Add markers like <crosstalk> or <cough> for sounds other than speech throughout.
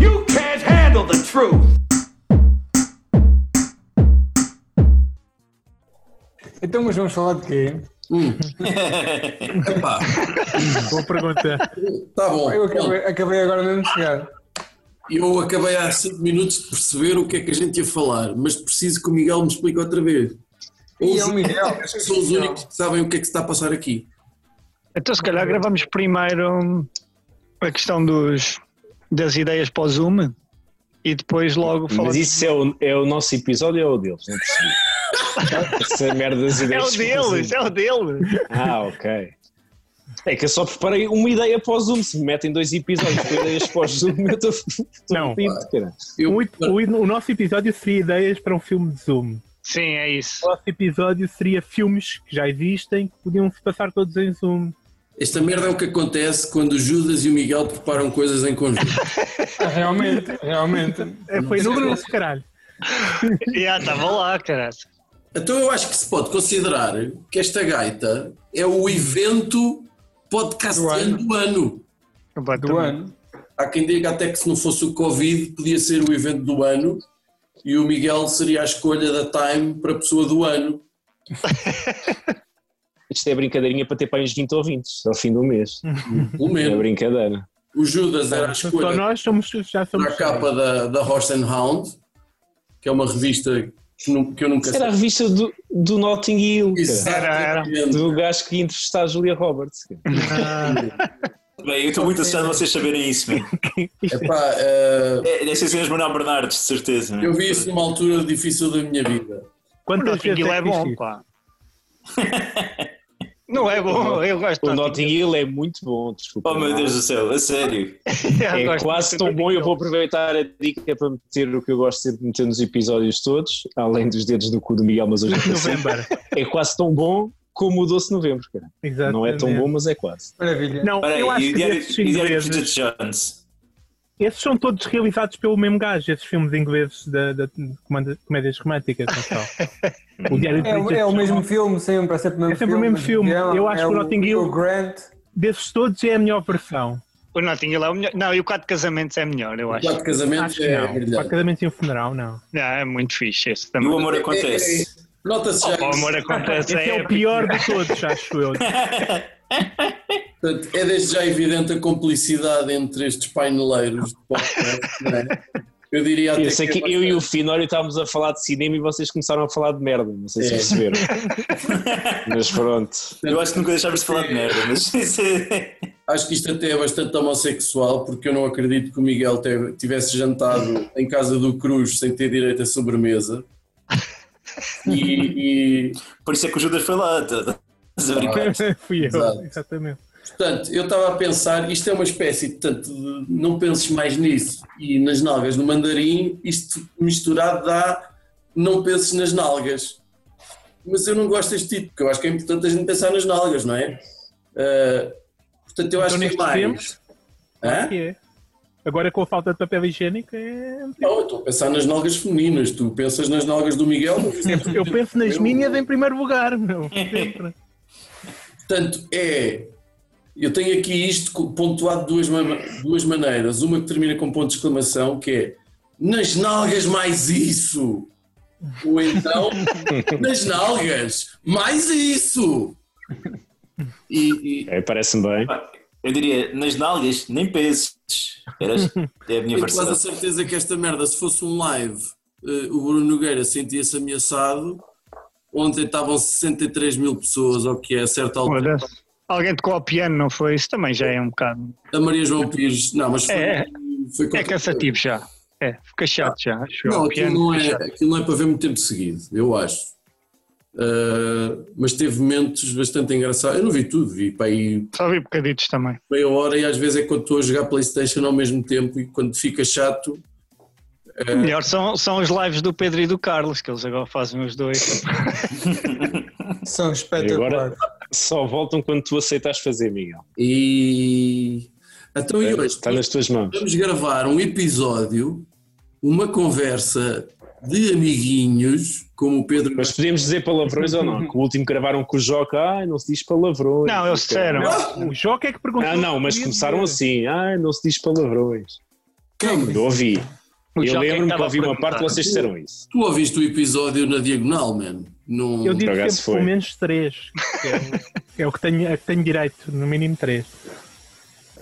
You can't handle the truth. Então, mas vamos falar de quê? Epá, Boa pergunta. tá bom. Eu acabei, Pronto. acabei agora mesmo de chegar. Eu acabei há 5 minutos de perceber o que é que a gente ia falar, mas preciso que o Miguel me explique outra vez. Ou E é o Miguel. acho que são os únicos que sabem o que é que se está a passar aqui. Então, se calhar, gravamos primeiro hum, a questão dos, das ideias para o Zoom e depois logo Mas falamos. isso é o, é o nosso episódio ou é o deles? Não percebi. Essa merda <laughs> das É o ideias. deles, é o deles. Ah, ok. É que eu só preparei uma ideia para o Zoom. Se me metem dois episódios com ideias para o Zoom, eu estou Não. pinto, cara. Eu, O, o- o nosso episódio seria ideias para um filme de Zoom. Sim, é isso. O nosso episódio seria filmes que já existem que podiam se passar todos em Zoom. Esta merda é o que acontece quando o Judas e o Miguel preparam coisas em conjunto. <laughs> Ah, Realmente, realmente. É, Foi no grupo, caralho. Já estava lá, caralho. Então eu acho que se pode considerar que esta gaita é o evento podcastiano do ano. Do ano. Há quem diga até que se não fosse o Covid podia ser o evento do ano e o Miguel seria a escolha da Time para a pessoa do ano. Isto é brincadeirinha para ter para uns 20 ouvintes ao fim do mês. Uhum. Pelo É menos. brincadeira. O Judas era a Então, Só escolha nós somos, já para a somos. capa da, da Horse and Hound, que é uma revista que nu- que eu nunca Isso era a revista do, do Notting Hill, cara. Exatamente. do gajo que ia entrevistar a Julia Roberts. cara. Ah, Bem, eu estou muito assustado de vocês saberem <laughs> isso, meu. Epá, eh, É, deve ser mesmo Manuel Bernardes, de certeza. meu. eu vi isso numa altura difícil da minha vida. O Quantas Notting vezes Hill é que bom, existe? pá. Não é bom, eu gosto O de Notting Hill é muito bom, desculpa. Oh meu Deus do céu, a sério. Hill. <laughs> Eu É gosto quase de tão bom, eu vou Notting aproveitar a dica para meter o que eu gosto sempre de meter nos episódios todos, além dos dedos do cu do Miguel, <laughs> mas hoje não sei. November. é quase tão bom como o Doce Novembro, cara. Exatamente. Não é tão bom, mas é quase. Maravilha. Não, Ora, eu acho e que o Diário, desses e o Diário de ingleses- Bridget Jones. Esses são todos realizados pelo mesmo gajo, esses filmes ingleses da, da- de comanda- comédias românticas. não só. o Diário de É, o- Bridget é o Jones. mesmo filme sempre, é sempre o mesmo É sempre o mesmo filme. mas Eu acho que o Notting Hill- O Grant. Desses todos é a melhor versão. Hill. O Notting Hill é o melhor. Não, e o 4 Casamentos é melhor, eu O acho. quadro de casamento Acho que é não. Para brilhante. casamento e um funeral, não. Não, é muito fixe esse E também. <laughs> o amor É, é, acontece. Nota-se Oh, já. O que- amor acontece. Esse é, o épico. pior de todos, acho <laughs> eu. Portanto, é desde já evidente a complicidade entre estes paineleiros de podcast, não é? <laughs> Eu diria até é Eu sei que eu e o Finório estávamos a falar de cinema e vocês começaram a falar de merda, não sei se É. perceberam. mas pronto. Eu acho que nunca deixámos de falar de merda, mas <laughs> isso é- Acho que isto até é bastante homossexual, porque eu não acredito que o Miguel te- tivesse jantado em casa do Cruz sem ter direito à sobremesa. E, e, por isso é que o Judas foi lá. tá- tá- Estás a brincar? Fui eu, Exato. exatamente. portanto, eu estava a pensar, isto é uma espécie, portanto, de não penses mais nisso e nas nalgas no mandarim, isto misturado dá não penses nas nalgas. Mas eu não gosto deste tipo, porque eu acho que é importante a gente pensar nas nalgas, não é? Ah, portanto, eu acho que é Então, neste mais. tempo, Hã? Que é. Agora com a falta de papel higiênico é... Não, eu estou a pensar nas nalgas femininas. Tu pensas nas nalgas do Miguel? mas isso é Eu penso nas Eu- minhas em primeiro lugar, meu. Sempre. Portanto, é. Eu tenho aqui isto co- pontuado de duas, ma- duas maneiras. Uma que termina com um ponto de exclamação, que é nas nalgas mais isso. Ou então, nas nalgas mais isso. E, e- É, Parece-me bem. Eu diria, nas nalgas, nem penses. Era, <laughs> é a minha tenho quase a versão. certeza que esta merda, se fosse um live, eh, o Bruno Nogueira sentia-se ameaçado. Ontem estavam 63 mil pessoas, ou que é, a certa altura. Foda-se. Alguém tocou ao piano, não foi? Isso também já é um bocado. da Maria João Pires. Não, mas foi, É, foi É complicado. cansativo já. É, fica chato já. Acho eu. Não, Ao aquilo piano não, é, fica chato. aquilo não é para ver muito tempo seguido, eu acho. Ah, mas teve momentos bastante engraçados. Eu não vi tudo, vi para aí Só vi bocaditos também. meia hora e às vezes é quando estou a jogar Playstation ao mesmo tempo e quando fica chato. Melhor são, são os lives do Pedro e do Carlos, que eles agora fazem os dois. São E espetaculares. agora só voltam quando tu aceitas fazer, Miguel. E então e hoje É, tá Está nas tuas mãos. vamos gravar um episódio uma conversa de amiguinhos, como o Pedro. Mas podíamos dizer palavrões ou não? Que o último gravaram com o Joca, ai, não se diz palavrões. Não, eles disseram. O Joca é que perguntou. Ah, não, mas Podia começaram dizer. assim, ai, não se diz palavrões. Quem? Eu ouvi. O Eu Joca é que lembro-me que estava a ouvi uma parte perguntar. vocês disseram isso. Tu ouviste o episódio na diagonal, man? Não... Eu digo Por acaso sempre foi. pelo menos três. que é, o- é o que tenho, é que tenho direito, no mínimo três.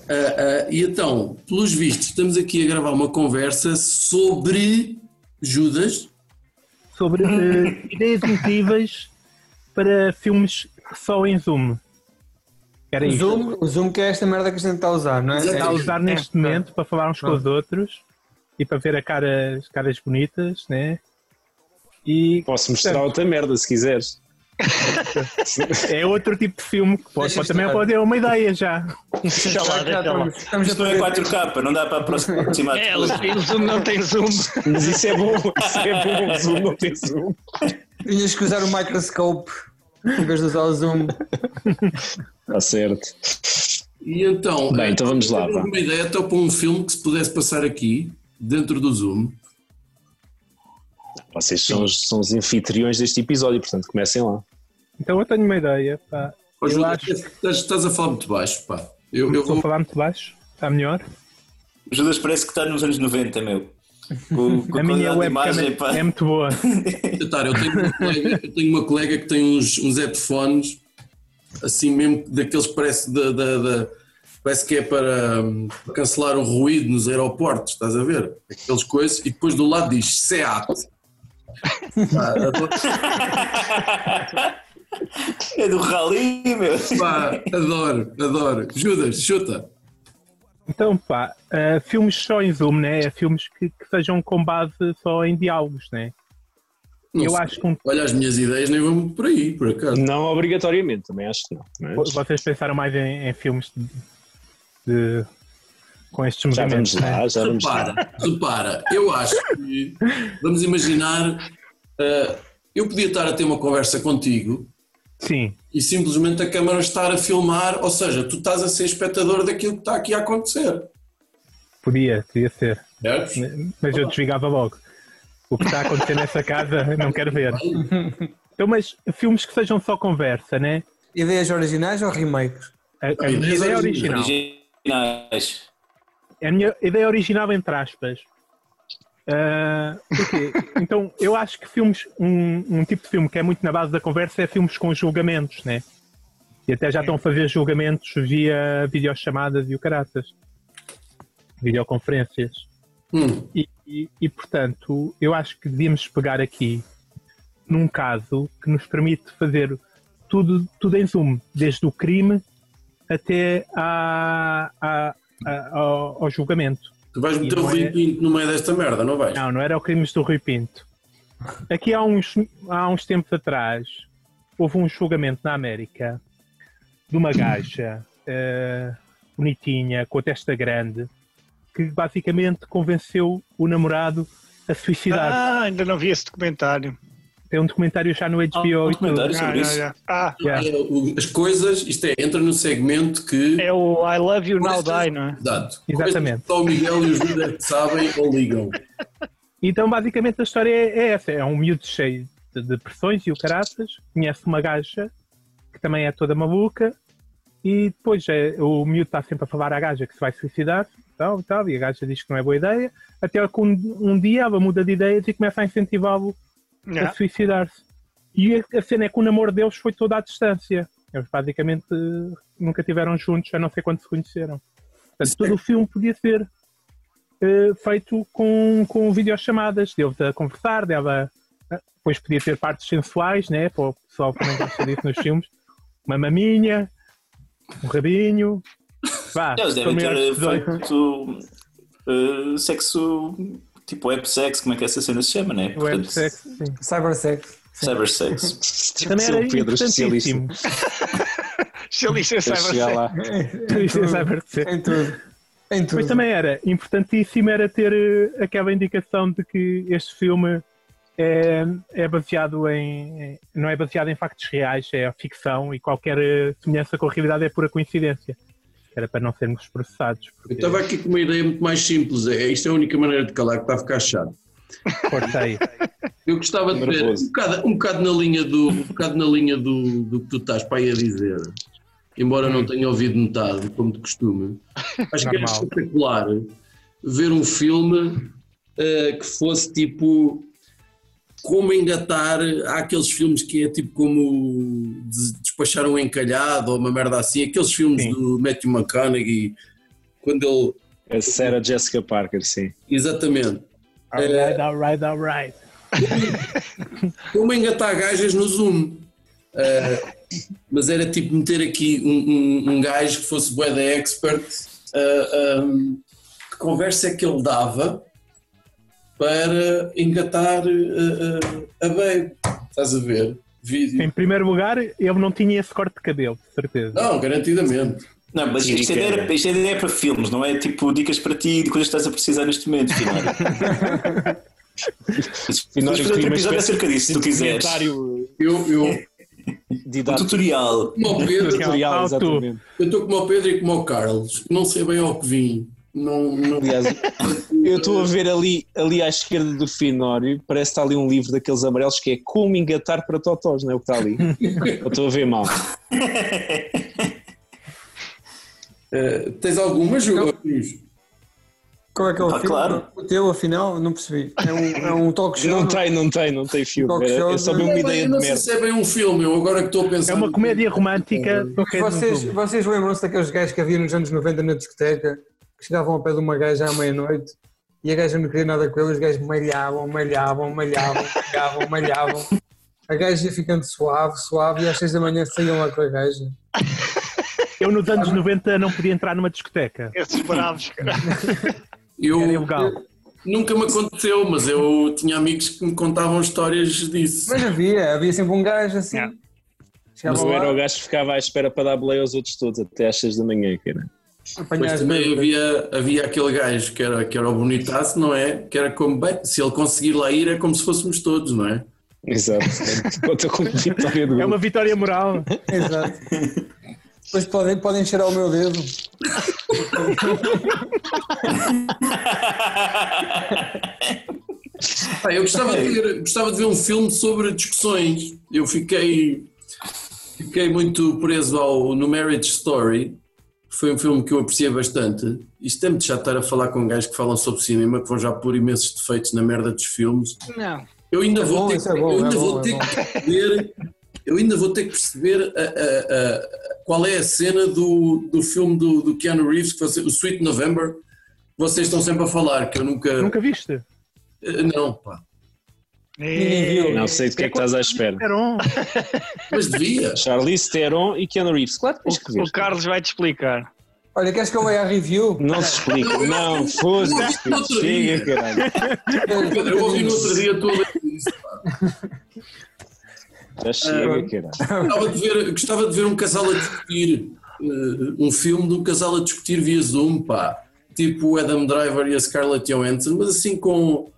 Ah, ah, e então, pelos vistos, estamos aqui a gravar uma conversa sobre Judas. Sobre <laughs> eh, ideias incríveis para filmes só em zoom. Era O isso. Zoom, o Zoom que é esta merda que a gente está a usar, não é? Já está a É- usar neste é, momento para falar uns com os outros e para ver a cara, as caras bonitas, né? E Posso mostrar Certo. outra merda se quiseres. é outro tipo de filme que pode, Deixa pode- também estar. pode ter uma ideia já. <laughs> Deixa lá, Tá, Já deixa lá. estamos, estamos a Isto não é fazer 4K, não dá para <laughs> aproximar. É, eles têm zoom, não tem zoom. Mas isso é bom, isso é bom. Zoom não tem <laughs> zoom. Tinhas que usar o microscope em vez de usar o zoom. Está Tá certo. E então. Bem, ah, então vamos lá, eu vá. tive Uma ideia até para um filme que se pudesse passar aqui, dentro do Zoom. Vocês são, os- são os anfitriões deste episódio, portanto comecem lá. Então eu tenho uma ideia. Pá. Ó, Oh, Eu Judas, acho- estás, estás a falar muito baixo, pá. Eu, eu Estou a vou. falar muito baixo, está melhor. Judas parece que está nos anos 90, meu. Com, com a minha qualidade de webcam imagem, é- pá. é muito boa. tentar. Eu tenho uma colega, eu tenho uma colega que tem uns, uns headphones, assim mesmo, daqueles que parece, da, da- da- parece que é para hum, cancelar o ruído nos aeroportos, estás a ver? Aquelas coisas, e depois do lado diz SEAT. Pá, adoro, É do rally, meu. pá, adoro, adoro. Judas, chuta. Então, pá, eh, filmes só em zoom, né? É filmes que, que sejam com base só em diálogos, né? Não eu sei. acho que um- Olha, as minhas ideias nem vão por aí, por acaso. Não obrigatoriamente, também acho que não. é? mas vocês pensaram mais em, em filmes de, de- com estes já vamos movimentos. né? lá, já vamos lá. Repara, repara, eu acho que vamos imaginar. ah, eu podia estar a ter uma conversa contigo Sim, e simplesmente a câmara estar a filmar, ou seja, tu estás a ser espectador daquilo que está aqui a acontecer. podia, podia ser. Percebes? Mas eu desligava logo. O que está a acontecer nessa casa, eu não quero ver. Então, mas filmes que sejam só conversa, né? Ideias originais ou remakes? A, a minha Ideias ideia é originais. original. Originais. É a minha ideia original, entre aspas. Ah, porquê? então, eu acho que filmes, um, um tipo de filme que é muito na base da conversa é filmes com julgamentos, né? E até já estão a fazer julgamentos via videochamadas e o caraças. Videoconferências. Hum, E, e- e, portanto, eu acho que devíamos pegar aqui num caso que nos permite fazer tudo, tudo em zoom, desde o crime até à- à- à- ao, ao julgamento. tu vais meter E o não é- Rui Pinto no meio desta merda, não vais? Não, não era o crimes do Rui Pinto. Aqui há uns, há uns tempos atrás houve um julgamento na América de uma gaja eh, bonitinha, com a testa grande, que basicamente convenceu o namorado a suicidar. Ah, ainda não vi esse documentário. Tem um documentário já no HBO um e documentário? tudo. sobre Ah, já, isso? já. Ah, Yeah. É, o- As coisas, isto é, entra no segmento que. é o I Love You Now Die, não <laughs> é? Exato. Coisas Exatamente. que Só o Miguel e os Judas que sabem ou ligam. Então, basicamente, a história é, é essa. É um miúdo cheio de depressões e o caraças. Conhece uma gaja que também é toda maluca. E depois é, o miúdo está sempre a falar à gaja que se vai suicidar tal, e tal, e a gaja diz que não é boa ideia. Até que um, um dia ela muda de ideias e começa a incentivá-lo a É. Yeah. suicidar-se. E a, a cena é que o namoro deles foi todo à distância. Eles basicamente eh, nunca estiveram juntos, a não ser quando se conheceram. Portanto, todo o filme podia ser eh, feito com, com videochamadas, deles a conversar, dela. ah, Depois podia ter partes sensuais, né? Para o pessoal que não gosta disso nos filmes. Uma maminha, um rabinho. Vá, são Eles devem maiores de ter eh, 18. feito eh, sexo, tipo websex, como é que essa cena se chama, né? Web sex, sim. Cybersex. Cybersex. Também era Seu Pedro especialista. <laughs> importantíssimo. Se ele disse, Para vai chegar ser. lá. Isso é cybersex. Em tudo. Em tudo. Mas também era importantíssimo era ter eh, aquela indicação de que este filme é, é baseado em em- não é baseado em factos reais, é a ficção e qualquer eh, semelhança com a realidade é pura coincidência. que era para não sermos processados. Eu Porque estava aqui com uma ideia muito mais simples. É, isto é a única maneira de calar que está a ficar chato. cortei. Eu gostava de ver Nervoso. um bocado, um bocado na linha, do, um bocado na linha do, do que tu estás para aí a dizer, embora não tenha ouvido metade, como de <laughs> costume. Acho que era Hum. Normal. espetacular ver um filme eh, que fosse tipo como engatar há aqueles filmes que é tipo como des- despachar um encalhado ou uma merda assim, aqueles filmes Sim. do Matthew McConaughey quando ele A Sarah Jessica Parker, sim. exatamente alright, alright, alright. como engatar gajas no Zoom. Ah, mas era tipo meter aqui um, um, um gajo que fosse bué da expert. ah, ahm, que conversa é que ele dava para engatar ah, ah, a baby? Estás a ver? Vídeo. Em primeiro lugar, eu não tinha esse corte de cabelo, de certeza. Não, garantidamente. Não, mas isto é, Dica. ideia, isto é ideia para filmes, não é tipo dicas para ti de coisas que estás a precisar neste momento, <laughs> Finório. Podemos fazer outro incrível, episódio espécie acerca disso, se tu quiseres. Comentário Eu, eu, Um didático. tutorial. como o Pedro, Tutorial, Alto. exatamente. eu estou como o Pedro e como o Carlos. Não sei bem ao que vim. Não, não... Aliás, eu estou a ver ali, ali à esquerda do Finório, parece que está ali um livro daqueles amarelos que é Como Engatar para Totós, não é o que está ali? Eu estou a ver mal. Ah, tens alguma, Ju? Qual é que é o Ah, filme? claro. O teu, afinal, não percebi. É um, é um talk show. Não tem, não tem, não tem filme. Talk show É só mesmo Eu uma não ideia de sei merda. se é bem um filme, eu agora que estou a pensar. É uma comédia romântica do que é de um Vocês, filme. vocês lembram-se daqueles gajos que havia nos anos 90 na discoteca que chegavam ao pé de uma gaja à meia-noite e a gaja não queria nada com ele, os gajos malhavam, malhavam, malhavam, malhavam, malhavam. A gaja ia ficando suave, suave e às seis da manhã saíam lá com a gaja. Eu nos anos 90 não podia entrar numa discoteca. Esses bravos, cara. Eu, Era ilegal. Nunca me aconteceu, mas eu tinha amigos que me contavam histórias disso. Mas havia, havia sempre um gajo assim. Yeah. Mas Chegava eu era o lá, gajo que ficava à espera para dar boleia aos outros todos até às 6 da manhã, cara. apanhava Mas as também bêbadas. havia, havia aquele gajo que era, que era o bonitaço, não é? Que era como, bem, se ele conseguir lá ir é como se fôssemos todos, não é? Exato. Conta com vitória do É uma grupo. vitória moral. Exato. Depois podem, podem cheirar o meu dedo. Pá, eu gostava É. de, ver, gostava de ver um filme sobre discussões. Eu fiquei, fiquei muito preso ao No Marriage Story, que foi um filme que eu apreciei bastante. Isto é muito chato estar a falar com gajos que falam sobre cinema, que vão já pôr imensos defeitos na merda dos filmes. Não. Eu ainda É vou bom, ter, isso que- é bom, eu ainda é vou bom, ter é que perceber, eu ainda vou ter que perceber a- a- a- qual é a cena do, do filme do, do Keanu Reeves, que você- o Sweet November, que vocês estão sempre a falar, que eu nunca. Nunca viste? Eh, Não, pá. Ninguém viu. Não sei do que é que estás à espera. Era um. Mas devia. Charlize Theron e Keanu Reeves. Claro que tens que ver. O Carlos vai te explicar. Olha, queres que eu leia a review? Não se explica. Não, foda-se. Não, outro dia. Chega, caralho. Eu ouvi no outro dia toda isso. pá. Já chega, caralho. Gostava de ver, gostava de ver um casal a discutir. eh, um filme de um casal a discutir via Zoom, pá. Tipo o Adam Driver e a Scarlett Johansson, mas assim com.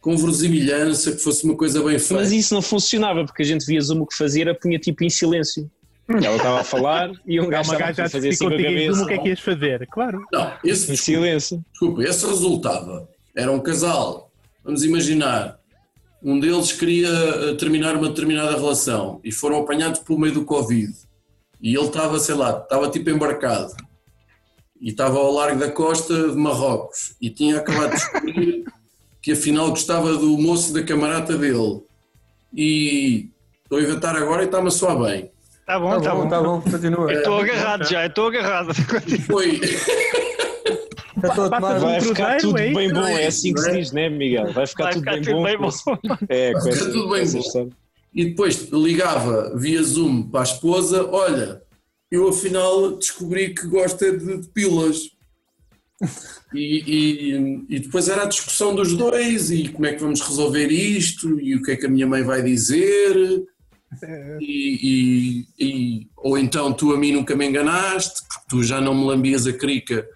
Com verosimilhança, que fosse uma coisa bem feita. Mas isso não funcionava porque a gente via Zoom o que fazia era punha tipo em silêncio. Ela estava a falar e um Há gajo uma estava a gaja a fazer discutir assim com a contigo em Zoom cabeça. o que é que ias fazer. Claro. Não, esse, Em silêncio. Desculpa, esse resultava. Era um casal. Vamos imaginar. Um deles queria eh, terminar uma determinada relação e foram apanhados pelo meio do Covid. E ele estava, sei lá, estava tipo embarcado. E estava ao largo da costa de Marrocos. E tinha acabado de descobrir <laughs> que afinal gostava do moço da camarada dele. E estou a inventar agora e está-me a soar bem. Tá bom, Tá tá bom, bom. tá bom, continua. Eu Estou agarrado já, eu estou agarrado. Foi. Já estou a tomar. Passa- Vai ficar Cruzeiro, tudo é isso, bem bom, não é é assim que isso, se não é? diz, né, Miguel? Vai ficar Vai tudo ficar bem tudo bom. bem com bom. esse- É, com Vai essa, ficar tudo bem com essa bom. história. e depois ligava via Zoom para a esposa: Olha, eu afinal descobri que gosta de, de pilas. E, e- e depois era a discussão dos dois: e como é que vamos resolver isto? E o que é que a minha mãe vai dizer? E, e- e- ou então tu a mim nunca me enganaste, porque tu já não me lambias a crica.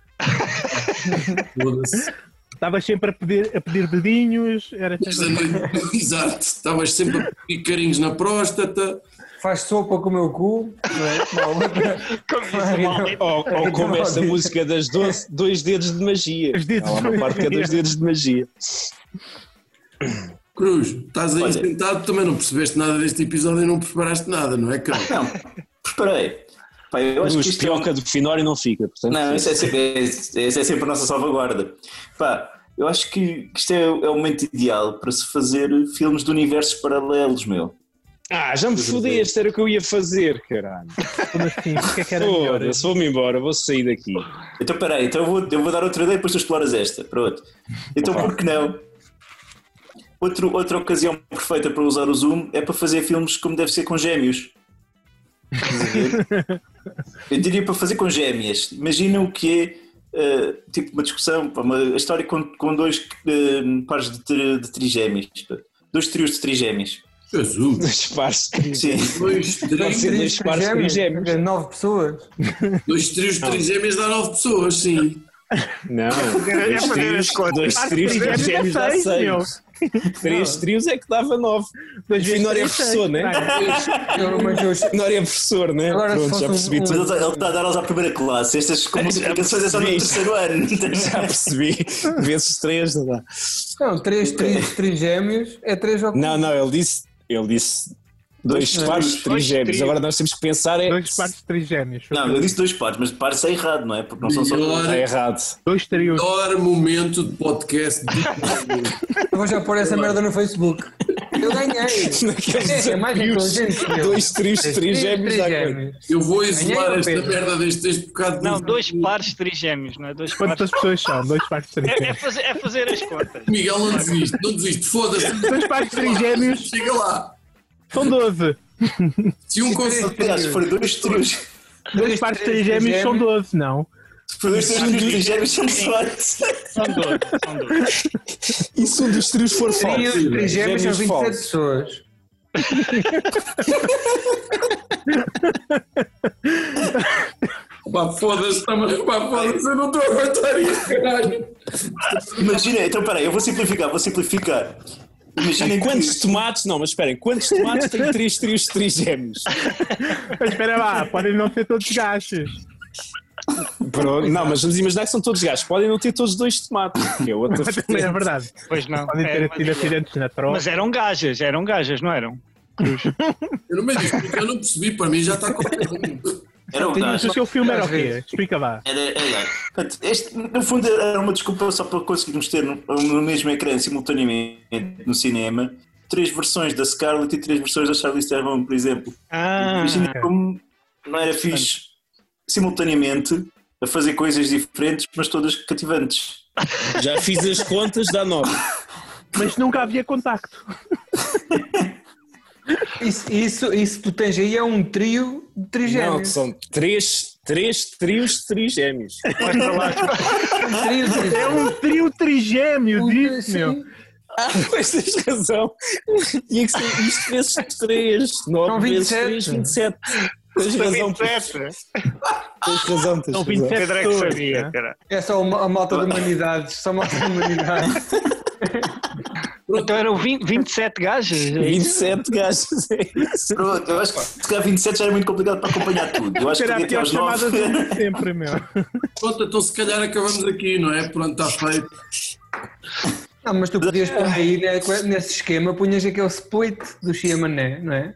Foda-se. Estavas sempre a pedir, a pedir dedinhos. Era <laughs> Esta assim. noite, exato, estavas sempre a pedir carinhos na próstata. faz sopa com o meu cu, não é? Como a outra. Como diz o <laughs> maldito. Ou, ou como esta música das 12, dois dedos de magia. Os dedos Há lá uma de parte que é magia. dois dedos de magia. Cruz, estás aí Olha. sentado, também não percebeste nada deste episódio e não preparaste nada, não é, cara? Não, preparei. Pá, eu acho que Os isto é um- pioca do Finório não fica, portanto. Não, isso é sempre, é- essa é sempre a nossa salvaguarda. Pá, eu acho que isto é, é o momento ideal para se fazer filmes de universos paralelos, meu. Ah, já me fodeste, era o que eu ia fazer, caralho. Como assim? O que é que era melhor? Foda-se, vou-me embora, vou sair daqui. <laughs> Então, peraí, então eu vou, eu vou dar outra ideia e depois tu exploras esta. Pronto. Então, por que não? Outro, outra ocasião perfeita para usar o Zoom é para fazer filmes como deve ser com gêmeos. Estás a <laughs> ver? Eu diria para fazer com gêmeas. Imagina o que é eh, tipo uma discussão, pá, uma a história com, com dois eh, pares de, tri- de trigêmeos. pá. Dois trios de trigêmeos. Jesus, Disfarce. Sim. <laughs> dois, Pode três, ser dois Três pares de trigêmeos, É trigêmeos. Nove pessoas. dois trios de trigêmeos dá nove pessoas, sim. <laughs> Não. É fazer Dois as trios, contas. dois Ah, trios, trigêmeos dois gêmeos dá é seis, meu. seis. Três trios é que dava nove. Dois vezes Finório é três, seis. professor, né? Vai. Eu, mas eu, Finório é professor, né? Agora, se Pronto, fosse já um- percebi um- Mas tudo. <laughs> ele está ele está a dar aos à primeira classe. Estas com multiplicações é só no terceiro ano. <laughs> Já percebi. Vezes três, não dá. não, três tri- trigêmeos é três ou Não, não, ele disse. Ele disse. Dois, Dois pares trios. de trigêmeos. trios. Agora nós temos que pensar é. Dois pares de trigêmeos. Não, eu disse dois pares, mas pares é errado, não é? Porque não são só dois. Está Melhor, errado. Dois trios. melhor momento de podcast de Eu vou já pôr essa merda no Facebook. Eu ganhei. É, é mais inteligente que eu. Dois trios de <laughs> trigêmeos dá conta. trigêmeos. Eu vou Ganhei isolar ou esta perdi? merda deste, deste bocado. Não, dois pares de trigêmeos, não é? Dois pares. Quantas pessoas são? Dois pares de É, é trigêmeos. fazer, é fazer as contas. Miguel, não desiste, não desiste, foda-se. Dois pares de trigêmeos Chega lá. são 12. Se um Se consertar. calhar, se for dois trios, se Dois pares de trigêmeos são 12, não? for dois trios trigêmeos, são só. São dois. São dois. E se um dos trios for Trios, falso? trigêmeos são Gêmeos 27 falsos. pessoas. Pá, foda-se, tá pá, foda-se, eu não estou a aguentar isto, caralho. Imagina, então peraí, eu vou simplificar, vou simplificar. Imaginem Ai, que- Quantos tomates? Não, mas esperem, quantos tomates tem três trios de trigêmeos? Mas espera lá, podem não ser todos gastos. <laughs> Pronto, não, mas vamos imaginar que são todos gajos. Podem não ter todos dois tomates. Que é outra Também é vertente. verdade. Pois não. Podem é, ter mas- tido acidentes na troca. Mas eram gajas, eram gajas, não eram? Eu não, mas isto eu não percebi, para mim já tá está completamente. Era um Mas gajo. o seu filme era o Às quê? vezes. Explica lá. Era, era- Portanto, este, no fundo era uma desculpa só para conseguirmos ter no, no mesmo ecrã simultaneamente no cinema três versões da Scarlett e três versões da Charlize Theron, por exemplo. Ah, Imagina ok. como não era fixe simultaneamente a fazer coisas diferentes, mas todas cativantes. Já fiz as contas, dá nove. Mas nunca havia contacto. Isso, isso, isso tu tens aí é um trio de Não, que trigêmeos. são três, três trios de trigêmeos. mostra lá. Um trio de trigêmeos. <laughs> É um trio trigêmeo, disse, meu. Sim. <laughs> Ah, mas tens razão. Tinha que ser isto vezes três. São Nove vezes 27. três, vinte e sete. Tens razão, tens razão. Tens São razão. 27 Pedro é que pessoas. sabia, né? cara. É só uma- a malta de humanidades. Só a malta de humanidades. Então eram 20, 27 gajas? 27 gajos, é isso. Pronto, eu acho que se calhar 27 já era muito complicado para acompanhar tudo. Eu acho que Era a podia ter pior aos chamada 9. <laughs> de <laughs> sempre, meu. Pronto, então se calhar acabamos aqui, não é? Pronto, está feito. Não, mas tu É. podias pôr aí né, com- nesse esquema, punhas aquele split do Chiamané, não é?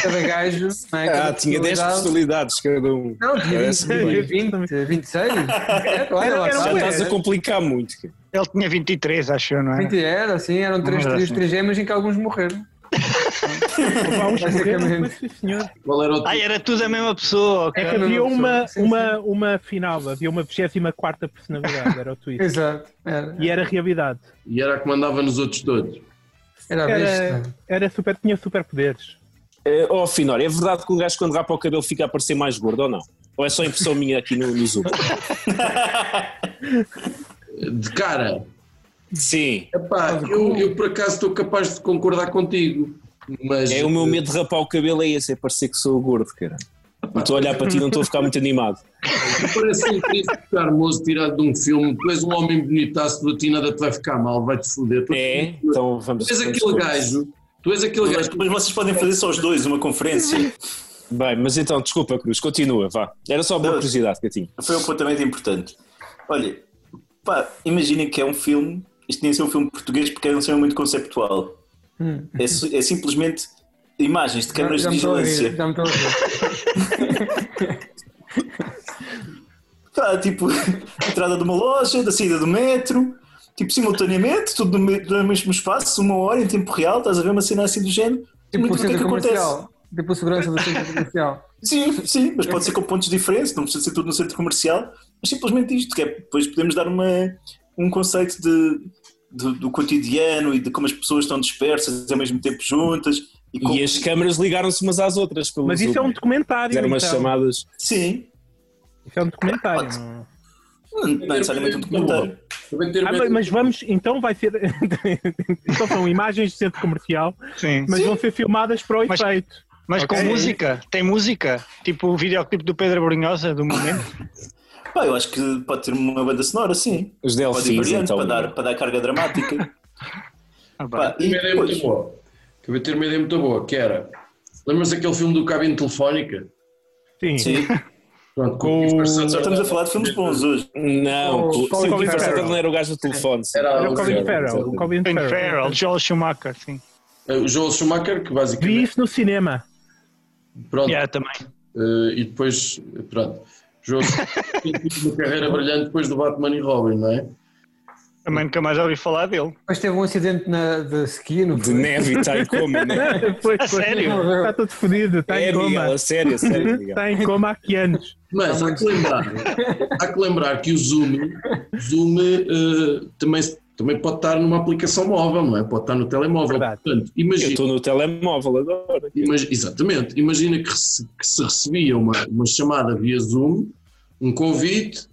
Cada gajo, não é? Cada Ah, tinha 10 personalidade. personalidades cada um. Não, tinha Parece 20, muito bem. 20, 26. É, olha lá, Era- era Já um- sabe? estás a complicar muito. cara. Ele tinha 23, acho eu, não é? 20 era, assim, eram três Não era trios assim. trigêmeos em que alguns morreram. Há uns Basicamente. É morreram, mas sim, senhor. Qual era o Ai, teu? era tudo a mesma pessoa, ok. É que Era havia uma uma, pessoa, sim, uma, uma final, havia uma 24 personalidade, era o Twitter. Exato. Era, E era realidade. E era a que mandava nos outros todos. era a Era, besta. era super, tinha superpoderes. Eh, Ó, Finório, é verdade que um gajo quando rapa o cabelo fica a parecer mais gordo ou não? Ou é só impressão minha aqui no, no Zoom? De cara. Sim. Epá, eu, eu por acaso estou capaz de concordar contigo. Mas É o meu medo de rapar o cabelo, é esse, é parecer que sou gordo, cara. Não estou a olhar para ti, não estou a ficar muito animado. parece um príncipe charmoso tirado de um filme. Tu és um homem bonitaço, tu a ti nada te vai ficar mal, vai-te foder. Tu- É? Então vamos. Tu és vamos aquele por- gajo Tu és aquele Mas gajo que depois vocês podem fazer só os dois uma conferência. Bem, mas então, desculpa, Cruz, continua, vá. Era só uma Não. curiosidade que eu tinha. Foi um apontamento importante. Olha, pá, imaginem que é um filme, isto tinha de ser um filme português porque era um cinema muito conceptual. É, su- é simplesmente imagens de câmaras de me estou a vigilância. rir, Hum. já me estou a rir. Tipo, Pá, tipo, <laughs> entrada de uma loja, da saída do metro, tipo, simultaneamente, tudo no, me- no mesmo espaço, uma hora em tempo real, estás a ver uma cena assim do género. Tipo Muito o do que é que centro acontece. comercial. Tipo a segurança do centro comercial. Sim, sim, mas pode ser com pontos diferentes, não precisa ser tudo no centro comercial, mas simplesmente isto, que é, depois podemos dar uma, um conceito de, de- do cotidiano e de como as pessoas estão dispersas ao mesmo tempo juntas. E como, E as câmaras ligaram-se umas às outras. Pelo Mas isso é Zoom. um documentário. Fizeram umas então. chamadas. Sim, Isso é um documentário. não- não, não é necessariamente um documentário. também ter Ah, mas- mas vamos, então vai ser. <laughs> então são imagens de centro comercial, Sim. mas vão ser filmadas para o Mas- efeito. Mas Ok. com música, tem música. Tipo o videoclipe do Pedro Brunhosa, do momento. Pá, eu acho que pode ter uma banda sonora, sim. Os Pode ir Delfins, variando então. para, dar, para dar carga dramática. Ah, pá. Pá, e uma ideia é muito depois, boa. Acabei de ter uma ideia muito boa, que era. Lembras daquele filme do Cabine Telefónica? Sim. sim, Pronto, com o só estamos a falar de filmes bons hoje. Não, Oh, o Colin Colin Farrell. Farrell não era o gajo do telefone. sim. Era Era É o Colin Sim. Farrell. O Colin Ben Farrell. Farrell, Joel Schumacher, sim. O Joel Schumacher, que Vi basicamente. isso no cinema. Pronto, Yeah, também. eh, e depois. Pronto. Joel Schumacher teve <laughs> uma carreira brilhante depois do Batman e Robin, não é? Também nunca mais ouvi falar dele. Depois teve um acidente na, de ski, não De foi? neve e está em coma, né? <laughs> Foi, A foi. sério? Está todo fodido, está É, em coma. Miguel, a sério, a sério, Miguel. Está em coma há que anos. Mas há que lembrar, há que, lembrar que o Zoom, Zoom eh, também, também pode estar numa aplicação móvel, não é? Pode estar no telemóvel. Verdade. Portanto, Eu imagina, estou no telemóvel agora. imagi- exatamente, imagina que se, que se recebia uma, uma chamada via Zoom, um convite,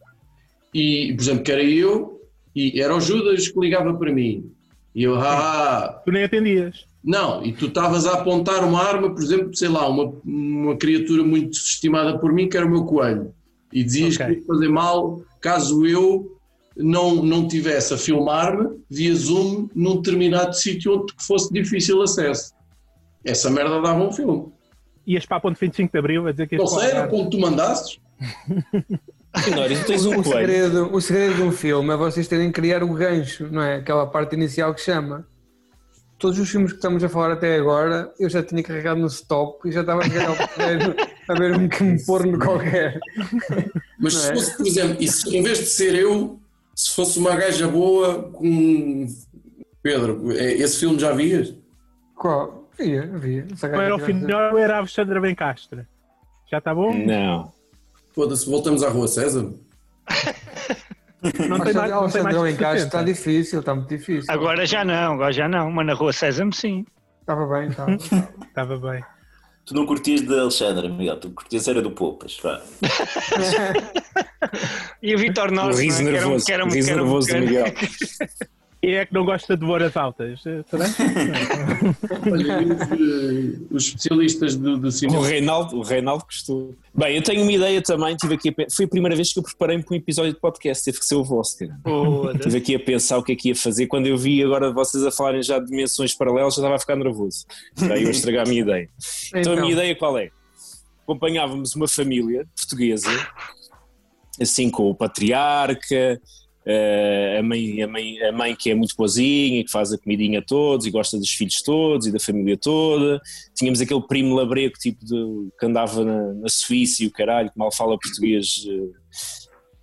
e, por exemplo, que era eu, e era o Judas que ligava para mim. E eu, ah, Tu nem atendias. não, e tu estavas a apontar uma arma, por exemplo, sei lá, uma, uma criatura muito estimada por mim, que era o meu coelho, e dizias Ok. que ia fazer mal caso eu não, não tivesse a filmar-me via Zoom num determinado sítio onde fosse difícil acesso. Essa merda dava um filme. Ias para a ponte 25 de Abril a dizer que ias Não para o sei, era Algarve. como tu mandasses. Finório, tu <laughs> tens um O coelho. segredo, o segredo de um filme é vocês terem que criar o gancho, não é? Aquela parte inicial que chama. Todos os filmes que estamos a falar até agora, eu já tinha carregado no stop e já estava a chegar ao primeiro a ver um que me porno qualquer. Mas Não se é? fosse, por exemplo, e se, em vez de ser eu, se fosse uma gaja boa com. um, Pedro, é- esse filme já vias? Qual? Via, via. Essa Não era o gaja- final, era a Alexandra Bencastre. Já está bom? Hum. Não. Foda-se, voltamos à Rua César. Não Alexandre tem mais, não tem mais Alexandre que Alencastro está 60. tá difícil, está muito difícil. Agora já não, agora já não. Mas na rua Sésamo, sim. Estava bem, tá. estava. Então, Estava bem. Tu não curtias de Alexandre, Miguel, tu curtias era do Poupas. Vá. E o Vitor O Norte, riso não é? Que era um- nervoso. que era O um- que riso era um- nervoso que do era- Miguel. E é que não gosta de horas altas. eh, Será? Olha, e os, eh, os especialistas do, do um O cinema. Reinaldo, o Reinaldo gostou. Bem, eu tenho uma ideia também. Tive aqui a pe- Foi a primeira vez que eu preparei-me para um episódio de podcast. Teve que ser o vosso, cara. Foda-se. Estive aqui a pensar o que é que ia fazer. Quando eu vi agora vocês a falarem já de dimensões paralelas, já estava a ficar nervoso. Daí eu estragar a minha ideia. Então, a minha ideia qual é? Acompanhávamos uma família portuguesa, assim com o patriarca, eh, a mãe, a, mãe, a mãe que é muito boazinha, que faz a comidinha a todos e gosta dos filhos todos e da família toda. Tínhamos aquele primo labrego tipo de, que andava na, na Suíça e o caralho, que mal fala português,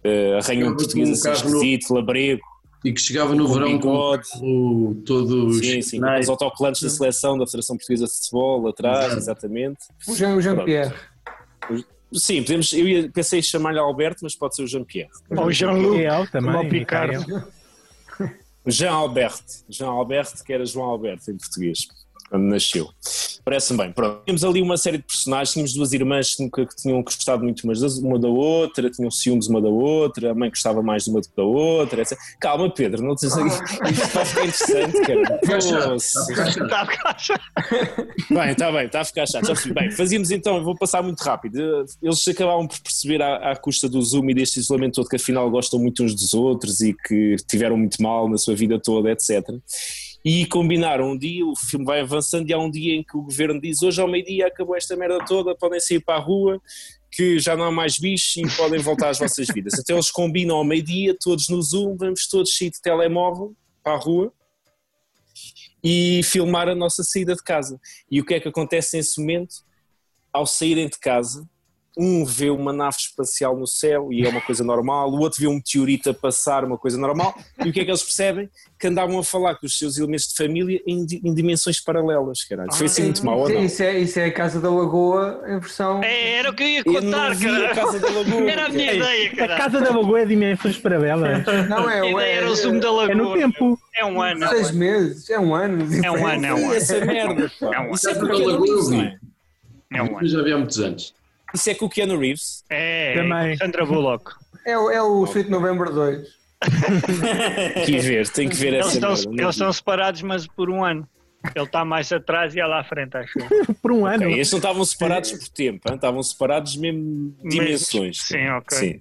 eh, eh, arranha um Andava com português um assim carro novo. esquisito, labrego. E que chegava no Com verão com o bigode. carro todo. Sim, sim, com os autocolantes da seleção da Federação Portuguesa de Futebol atrás, exatamente. O Jean- o Jean-Pierre. Sim, podemos, eu ia- pensei em chamar-lhe Alberto, mas pode ser o Jean-Pierre. um- Ou o Jean-Luc. É ele também. Como o Picardo. Mikael. Jean Alberto. Jean Alberto, que era João Alberto em português, quando nasceu. Parece-me bem. Pronto. Tínhamos ali uma série de personagens, tínhamos duas irmãs que nunca que tinham gostado muito umas das- uma da outra, tinham ciúmes uma da outra, a mãe gostava mais de uma do que da outra, etc. Calma, Pedro, não te Isto vai ficar interessante, cara. Poxa. Tá, caixa. Bem, está bem, está a ficar chato. Já percebi. Bem, fazíamos então, eu vou passar muito rápido. Eles acabavam por perceber à, à custa do Zoom e deste isolamento todo que afinal gostam muito uns dos outros e que tiveram muito mal na sua vida toda, etc. e combinaram um dia, o filme vai avançando e há um dia em que o governo diz hoje ao meio-dia acabou esta merda toda, podem sair para a rua, que já não há mais bichos e podem voltar às vossas vidas. Então eles combinam ao meio-dia, todos no Zoom, vamos todos sair de telemóvel para a rua e filmar a nossa saída de casa. E o que é que acontece nesse momento? Ao saírem de casa, um vê uma nave espacial no céu e é uma coisa normal, o outro vê um meteorito a passar, uma coisa normal, e o que é que eles percebem? Que andavam a falar com os seus elementos de família em, di- em dimensões paralelas, caralho. Foi assim muito mau, ou não? Isso é, isso é a Casa da Lagoa em versão. É, era o que eu ia Eu não contar, vi a cara. Casa da Lagoa. É Era a minha ideia, A cara. casa da Lagoa é <laughs> dimensões paralelas. Não é, A ideia era o zoom da É no lagoa. tempo. É um ano. Seis meses, é um ano. É um ano, é um ano. Essa merda, pá. É um- Isso é com o Casa da Keanu Lagoa eu Reeves, vi. não é? É um Eu ano. já vi há muitos anos. Isso é com o Keanu Reeves. É, Também. Sandra Bullock. É, o- é o Sweet November 2. Tem que ver, tem que ver Eles essa estão, merda. não é? eles vi. estão separados, mas por um ano. Ele está mais atrás e ela à frente, acho eu. Por um ano. Ok, Eles não estavam eh, separados por tempo, hein? estavam separados mesmo dimensões. Sim, ok. Sim.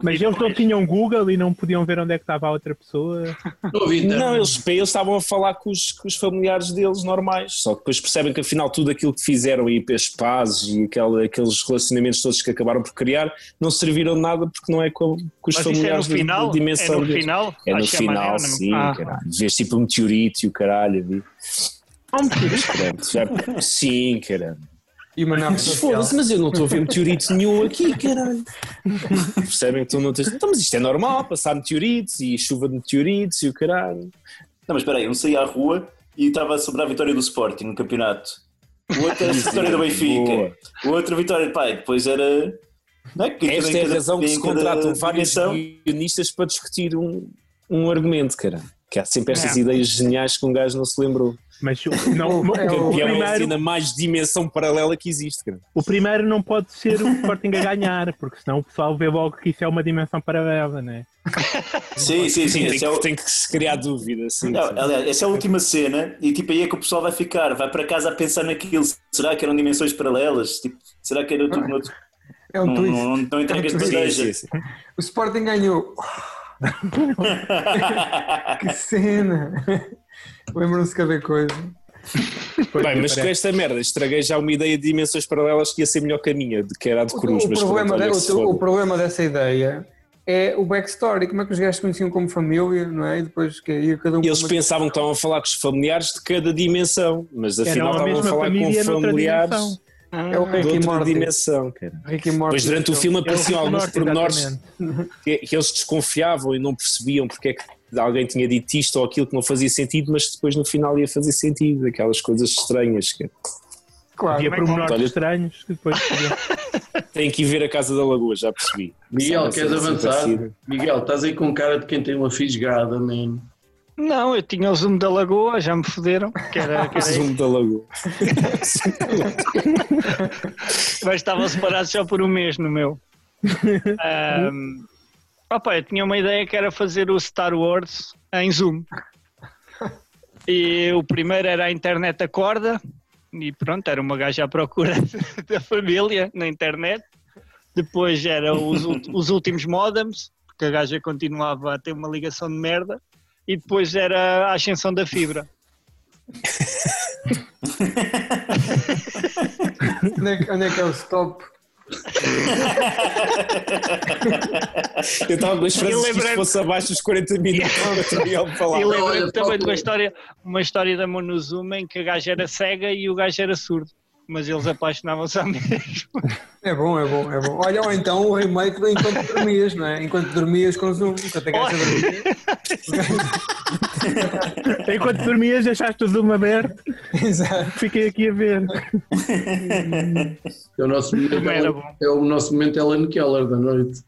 Mas eles não tinham Google e não podiam ver onde é que estava a outra pessoa. Estou a ouvir, então. Não, eles, eles estavam a falar com os, com os familiares deles normais, só que depois percebem que afinal tudo aquilo que fizeram e as pazes e aquele- aqueles relacionamentos todos que acabaram por criar não serviram de nada porque não é com, com os Mas isso é no familiares da- final? da É dimensão no deles. final? É no Acho que final, amanhã, não? sim, Ah. caralho. Vês tipo um meteorito e o caralho. ali. Ah, um Pronto, <laughs> já- Sim, caralho. E uma <laughs> nave espacial. Foda-se, mas eu não estou a ver meteorito nenhum aqui, caralho. Percebem que tu não tens. Então, mas isto é normal, passar meteoritos e chuva de meteoritos e o caralho. Não, mas espera aí, um saía à rua e estava a celebrar a vitória do Sporting no campeonato. O <laughs> outro era a vitória do Benfica. Boa. O outro vitória, pá, e depois era. Não é? Que em Esta cada- é a cada- razão que em se cada contratam vários dimensão- guionistas para discutir um, um argumento, cara. Que há sempre estas É. ideias geniais que um gajo não se lembrou. Mas o, não, o, É o- Que é uma primeiro, cena mais dimensão paralela que existe, cara. o primeiro não pode ser o Sporting a ganhar, porque senão o pessoal vê logo que isso é uma dimensão paralela, né? Sim, sim, sim. Sim, tem, esse é que, o- tem que se criar dúvida, sim. Não, sim. aliás, essa é a última cena e tipo aí é que o pessoal vai ficar, vai para casa a pensar naquilo. Será que eram dimensões paralelas? Tipo, será que era tudo <laughs> noutro? É um Não, twist. não, não entregas de Sim, bandeja. sim, sim. O Sporting <laughs> ganhou. Que cena! Lembram-se de cada coisa. Bem, mas com esta merda estraguei já uma ideia de dimensões paralelas que ia ser melhor que a minha, de que era a de O, Cruz, o mas problema, pronto, olha de- que se o- o foda. problema dessa ideia é o backstory. Como é que os gajos se conheciam como família, não é? E depois que ia cada um. Eles para uma- pensavam que estavam a falar com os familiares de cada dimensão, mas afinal a estavam a mesma falar família com noutra familiares dimensão. É o de Rick e outra Morty. dimensão, cara. Rick e é Morty. Pois durante o filme É o apareciam alguns Norte, pormenores exatamente. que, que eles desconfiavam e não percebiam porque é que alguém tinha dito isto ou aquilo que não fazia sentido, mas depois no final ia fazer sentido, aquelas coisas estranhas. Que... Claro. é Havia pormenores Olha- estranhos que depois podiam- Tem que ir ver a Casa da Lagoa, já percebi. Miguel, Sabe, queres assim, avançar? parecido. Miguel, estás aí com cara de quem tem uma fisgada, man. Não, eu tinha o zoom da lagoa, já me foderam. Que era, <laughs> que era isso. Zoom da Lagoa. Mas estavam separados só por um mês no meu. Ahm, opa, eu tinha uma ideia que era fazer o Star Wars em zoom. E o primeiro era a internet acorda. E pronto, era uma gaja à procura <laughs> da família na internet. Depois era os, ult- os últimos modems, porque a gaja continuava a ter uma ligação de merda. E depois era a ascensão da fibra. Onde é, que- onde é que é o stop? Eu estava com as frases E que isto lembrei-me- fosse abaixo dos 40 minutos que o Miguel E falava. lembro-me também de uma história, uma história da amor no Zoom em que a gaja era cega e o gajo era surdo. Mas eles apaixonavam-se à <laughs> mesma. É bom, é bom, é bom. Olha, ou então o remake do Enquanto Dormias, não é? Enquanto Dormias com Zoom. Enquanto a gaja dormia. <laughs> Enquanto dormias, deixaste o zoom aberto, Exato. fiquei aqui a ver. É o nosso momento, Também era Ellen- bom. é o nosso momento Ellen Keller da noite.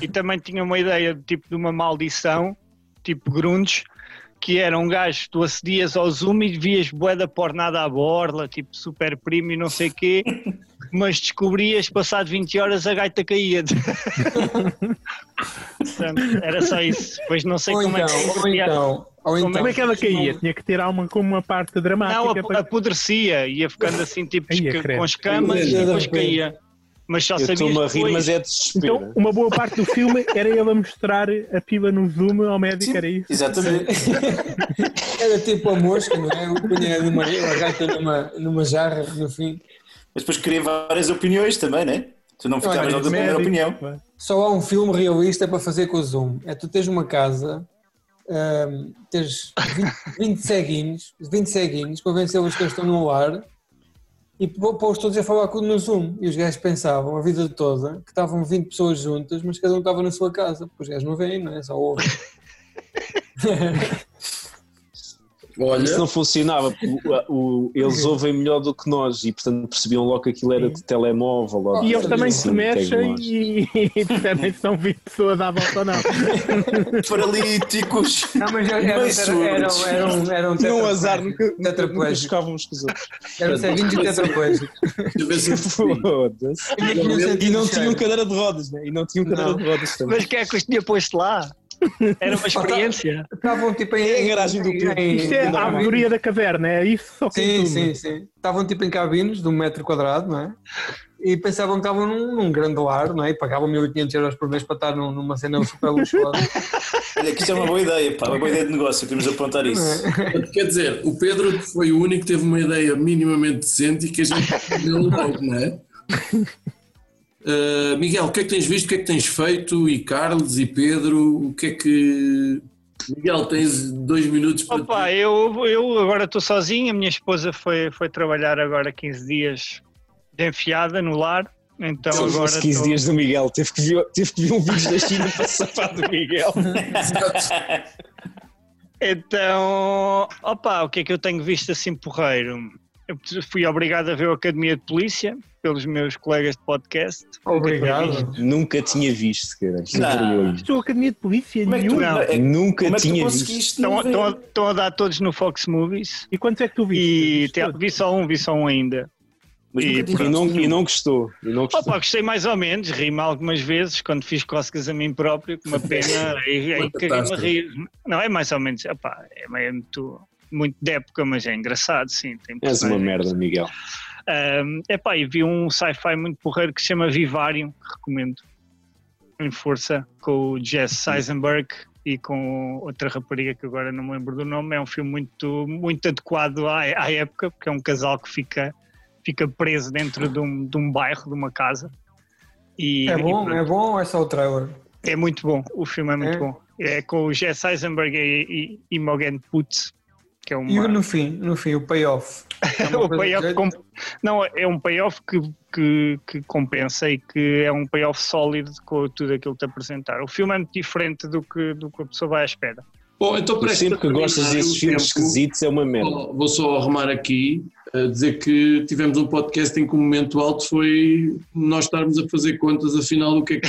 E também tinha uma ideia de tipo de uma maldição, tipo grunge, que era um gajo, tu acedias ao Zoom e vias bué da pornada à borla, tipo super primo e não sei quê, mas descobrias passado 20 horas a gaita caía. <laughs> Portanto, era só isso. Pois não sei Ou como então, é que ou então, ou então. Como é que ela caía? Tinha que ter alguma como uma parte dramática. Não, ap- para- apodrecia, ia ficando assim tipo Ai, esca- credo. com escamas e Ai, depois credo. caía. Mas só é, Eu sabias estou-me a rir, depois. mas é de desespero. Então, uma boa parte do filme era ele a mostrar a pila no zoom ao médico, era isso. Exatamente. Era tipo a mosca, não é? O punha numa, a gata numa, numa jarra, no fim. Mas depois queria várias opiniões também, né? Tu não ficavas era logo da <laughs> primeira opinião. Só há um filme realista para fazer com o Zoom. É tu tens uma casa, hum, tens 20, 20 ceguinhos, 20 ceguinhos, convencê-los que eles estão no ar e pô- pôs todos a falar com- no Zoom. E os gajos pensavam a vida toda que estavam 20 pessoas juntas, mas cada um estava na sua casa, porque os gajos não veem, não é? Só ouvem. Olha, Isso não funcionava, porque o- o- eles ouvem melhor do que nós e, portanto, percebiam logo que aquilo era de telemóvel. ou E de- Ah, eles também se assim, tem mexem nós. e, <laughs> e percebem se são 20 pessoas à volta ou não. Paralíticos. Não, mas eram, eram- eram- eram- Tinha um azar, nunca, nunca, nunca tetraplégicos. chocavam uns com os outros. Eram ceguinhos e tetraplégicos. deixa eu <laughs> ver se eu percebi. Foda-se. E não tinham cadeira de rodas, né? E não tinham cadeira é. Não. de rodas também. Mas quem é que os tinha posto lá? Era <laughs> uma experiência. Estavam tipo em. É a garagem do Pedro. em- Isto é em- a alegoria da caverna, é isso só que Sim, em sim, zoom. sim. Estavam tipo em cabines de um metro quadrado, não é? E pensavam que estavam num, num grande lar, não é? E pagavam 1500 euros por mês para estar num- numa cena super luxuosa. Olha, que isto é uma boa ideia, pá, uma boa ideia de negócio, podemos apontar isso. Quer dizer, o Pedro foi o único que teve uma ideia minimamente decente e que a gente deu logo, não é? Ah, Miguel, o que é que tens visto? O que é que tens feito? E Carlos e Pedro, o que é que. Miguel, tens dois minutos para. Opa, eu, eu agora estou sozinho, a minha esposa foi, foi trabalhar agora 15 dias de enfiada no lar. Então São agora os 15 estou- dias do Miguel. Teve que, ver, teve que ver um vídeo da China <laughs> para safar do Miguel. Então, opa, o que é que eu tenho visto assim porreiro? Eu fui obrigado a ver a Academia de Polícia pelos meus colegas de podcast. Obrigado. Nunca tinha visto, cara. Que Não. vergonha. Estou a academia de polícia Como é que tu, nenhuma. Não. é, que- Nunca como é que tu tinha visto. conseguiste? Estão, não ver? estão, a- estão a dar todos no Fox Movies E quantos é que tu e viste? te- vi só um, vi só um ainda. Mas nunca e tiveste E não, nenhum. e não gostou. E não gostou. Opa, gostei mais ou menos, ri-me algumas vezes quando fiz cócegas a mim próprio, com uma pena, e, Uma e caguei-me a catástrofe. rir. Não, é mais ou menos, opa, é meio muito, muito de época, mas é engraçado, sim. Tem És assim uma personagens. merda, Miguel. Um, epá, e vi um sci-fi muito porreiro que se chama Vivarium, que recomendo. Em força, com o Jess Uhum. Eisenberg e com outra rapariga que agora não me lembro do nome. É um filme muito, muito adequado à, à época, porque é um casal que fica, fica preso dentro de um, de um bairro, de uma casa. E, É e bom, pronto. é bom ou é só o trailer? É muito bom, o filme é muito É? bom. É com o Jess Eisenberg e, e, e Mogen Putz, que é uma... E o- no fim, no fim, o payoff. É uma <laughs> o coisa payoff que- comp- não, é um payoff que, que, que compensa e que é um payoff sólido com tudo aquilo que te apresentar. O filme é muito diferente do que, do que a pessoa vai à espera. Bom, então Tu para sempre que terminar gostas o desses filmes tempo, esquisitos é uma merda. só- Vou só arrumar aqui a dizer que tivemos um podcast em que o momento alto foi nós estarmos a fazer contas, afinal, o que é que.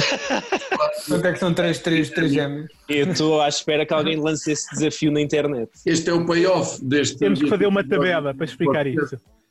Quanto é que são três, três, três gêmeos? Eu estou à espera que alguém lance esse desafio na internet. Este é o payoff deste. Temos que fazer uma deste- tabela para explicar isso.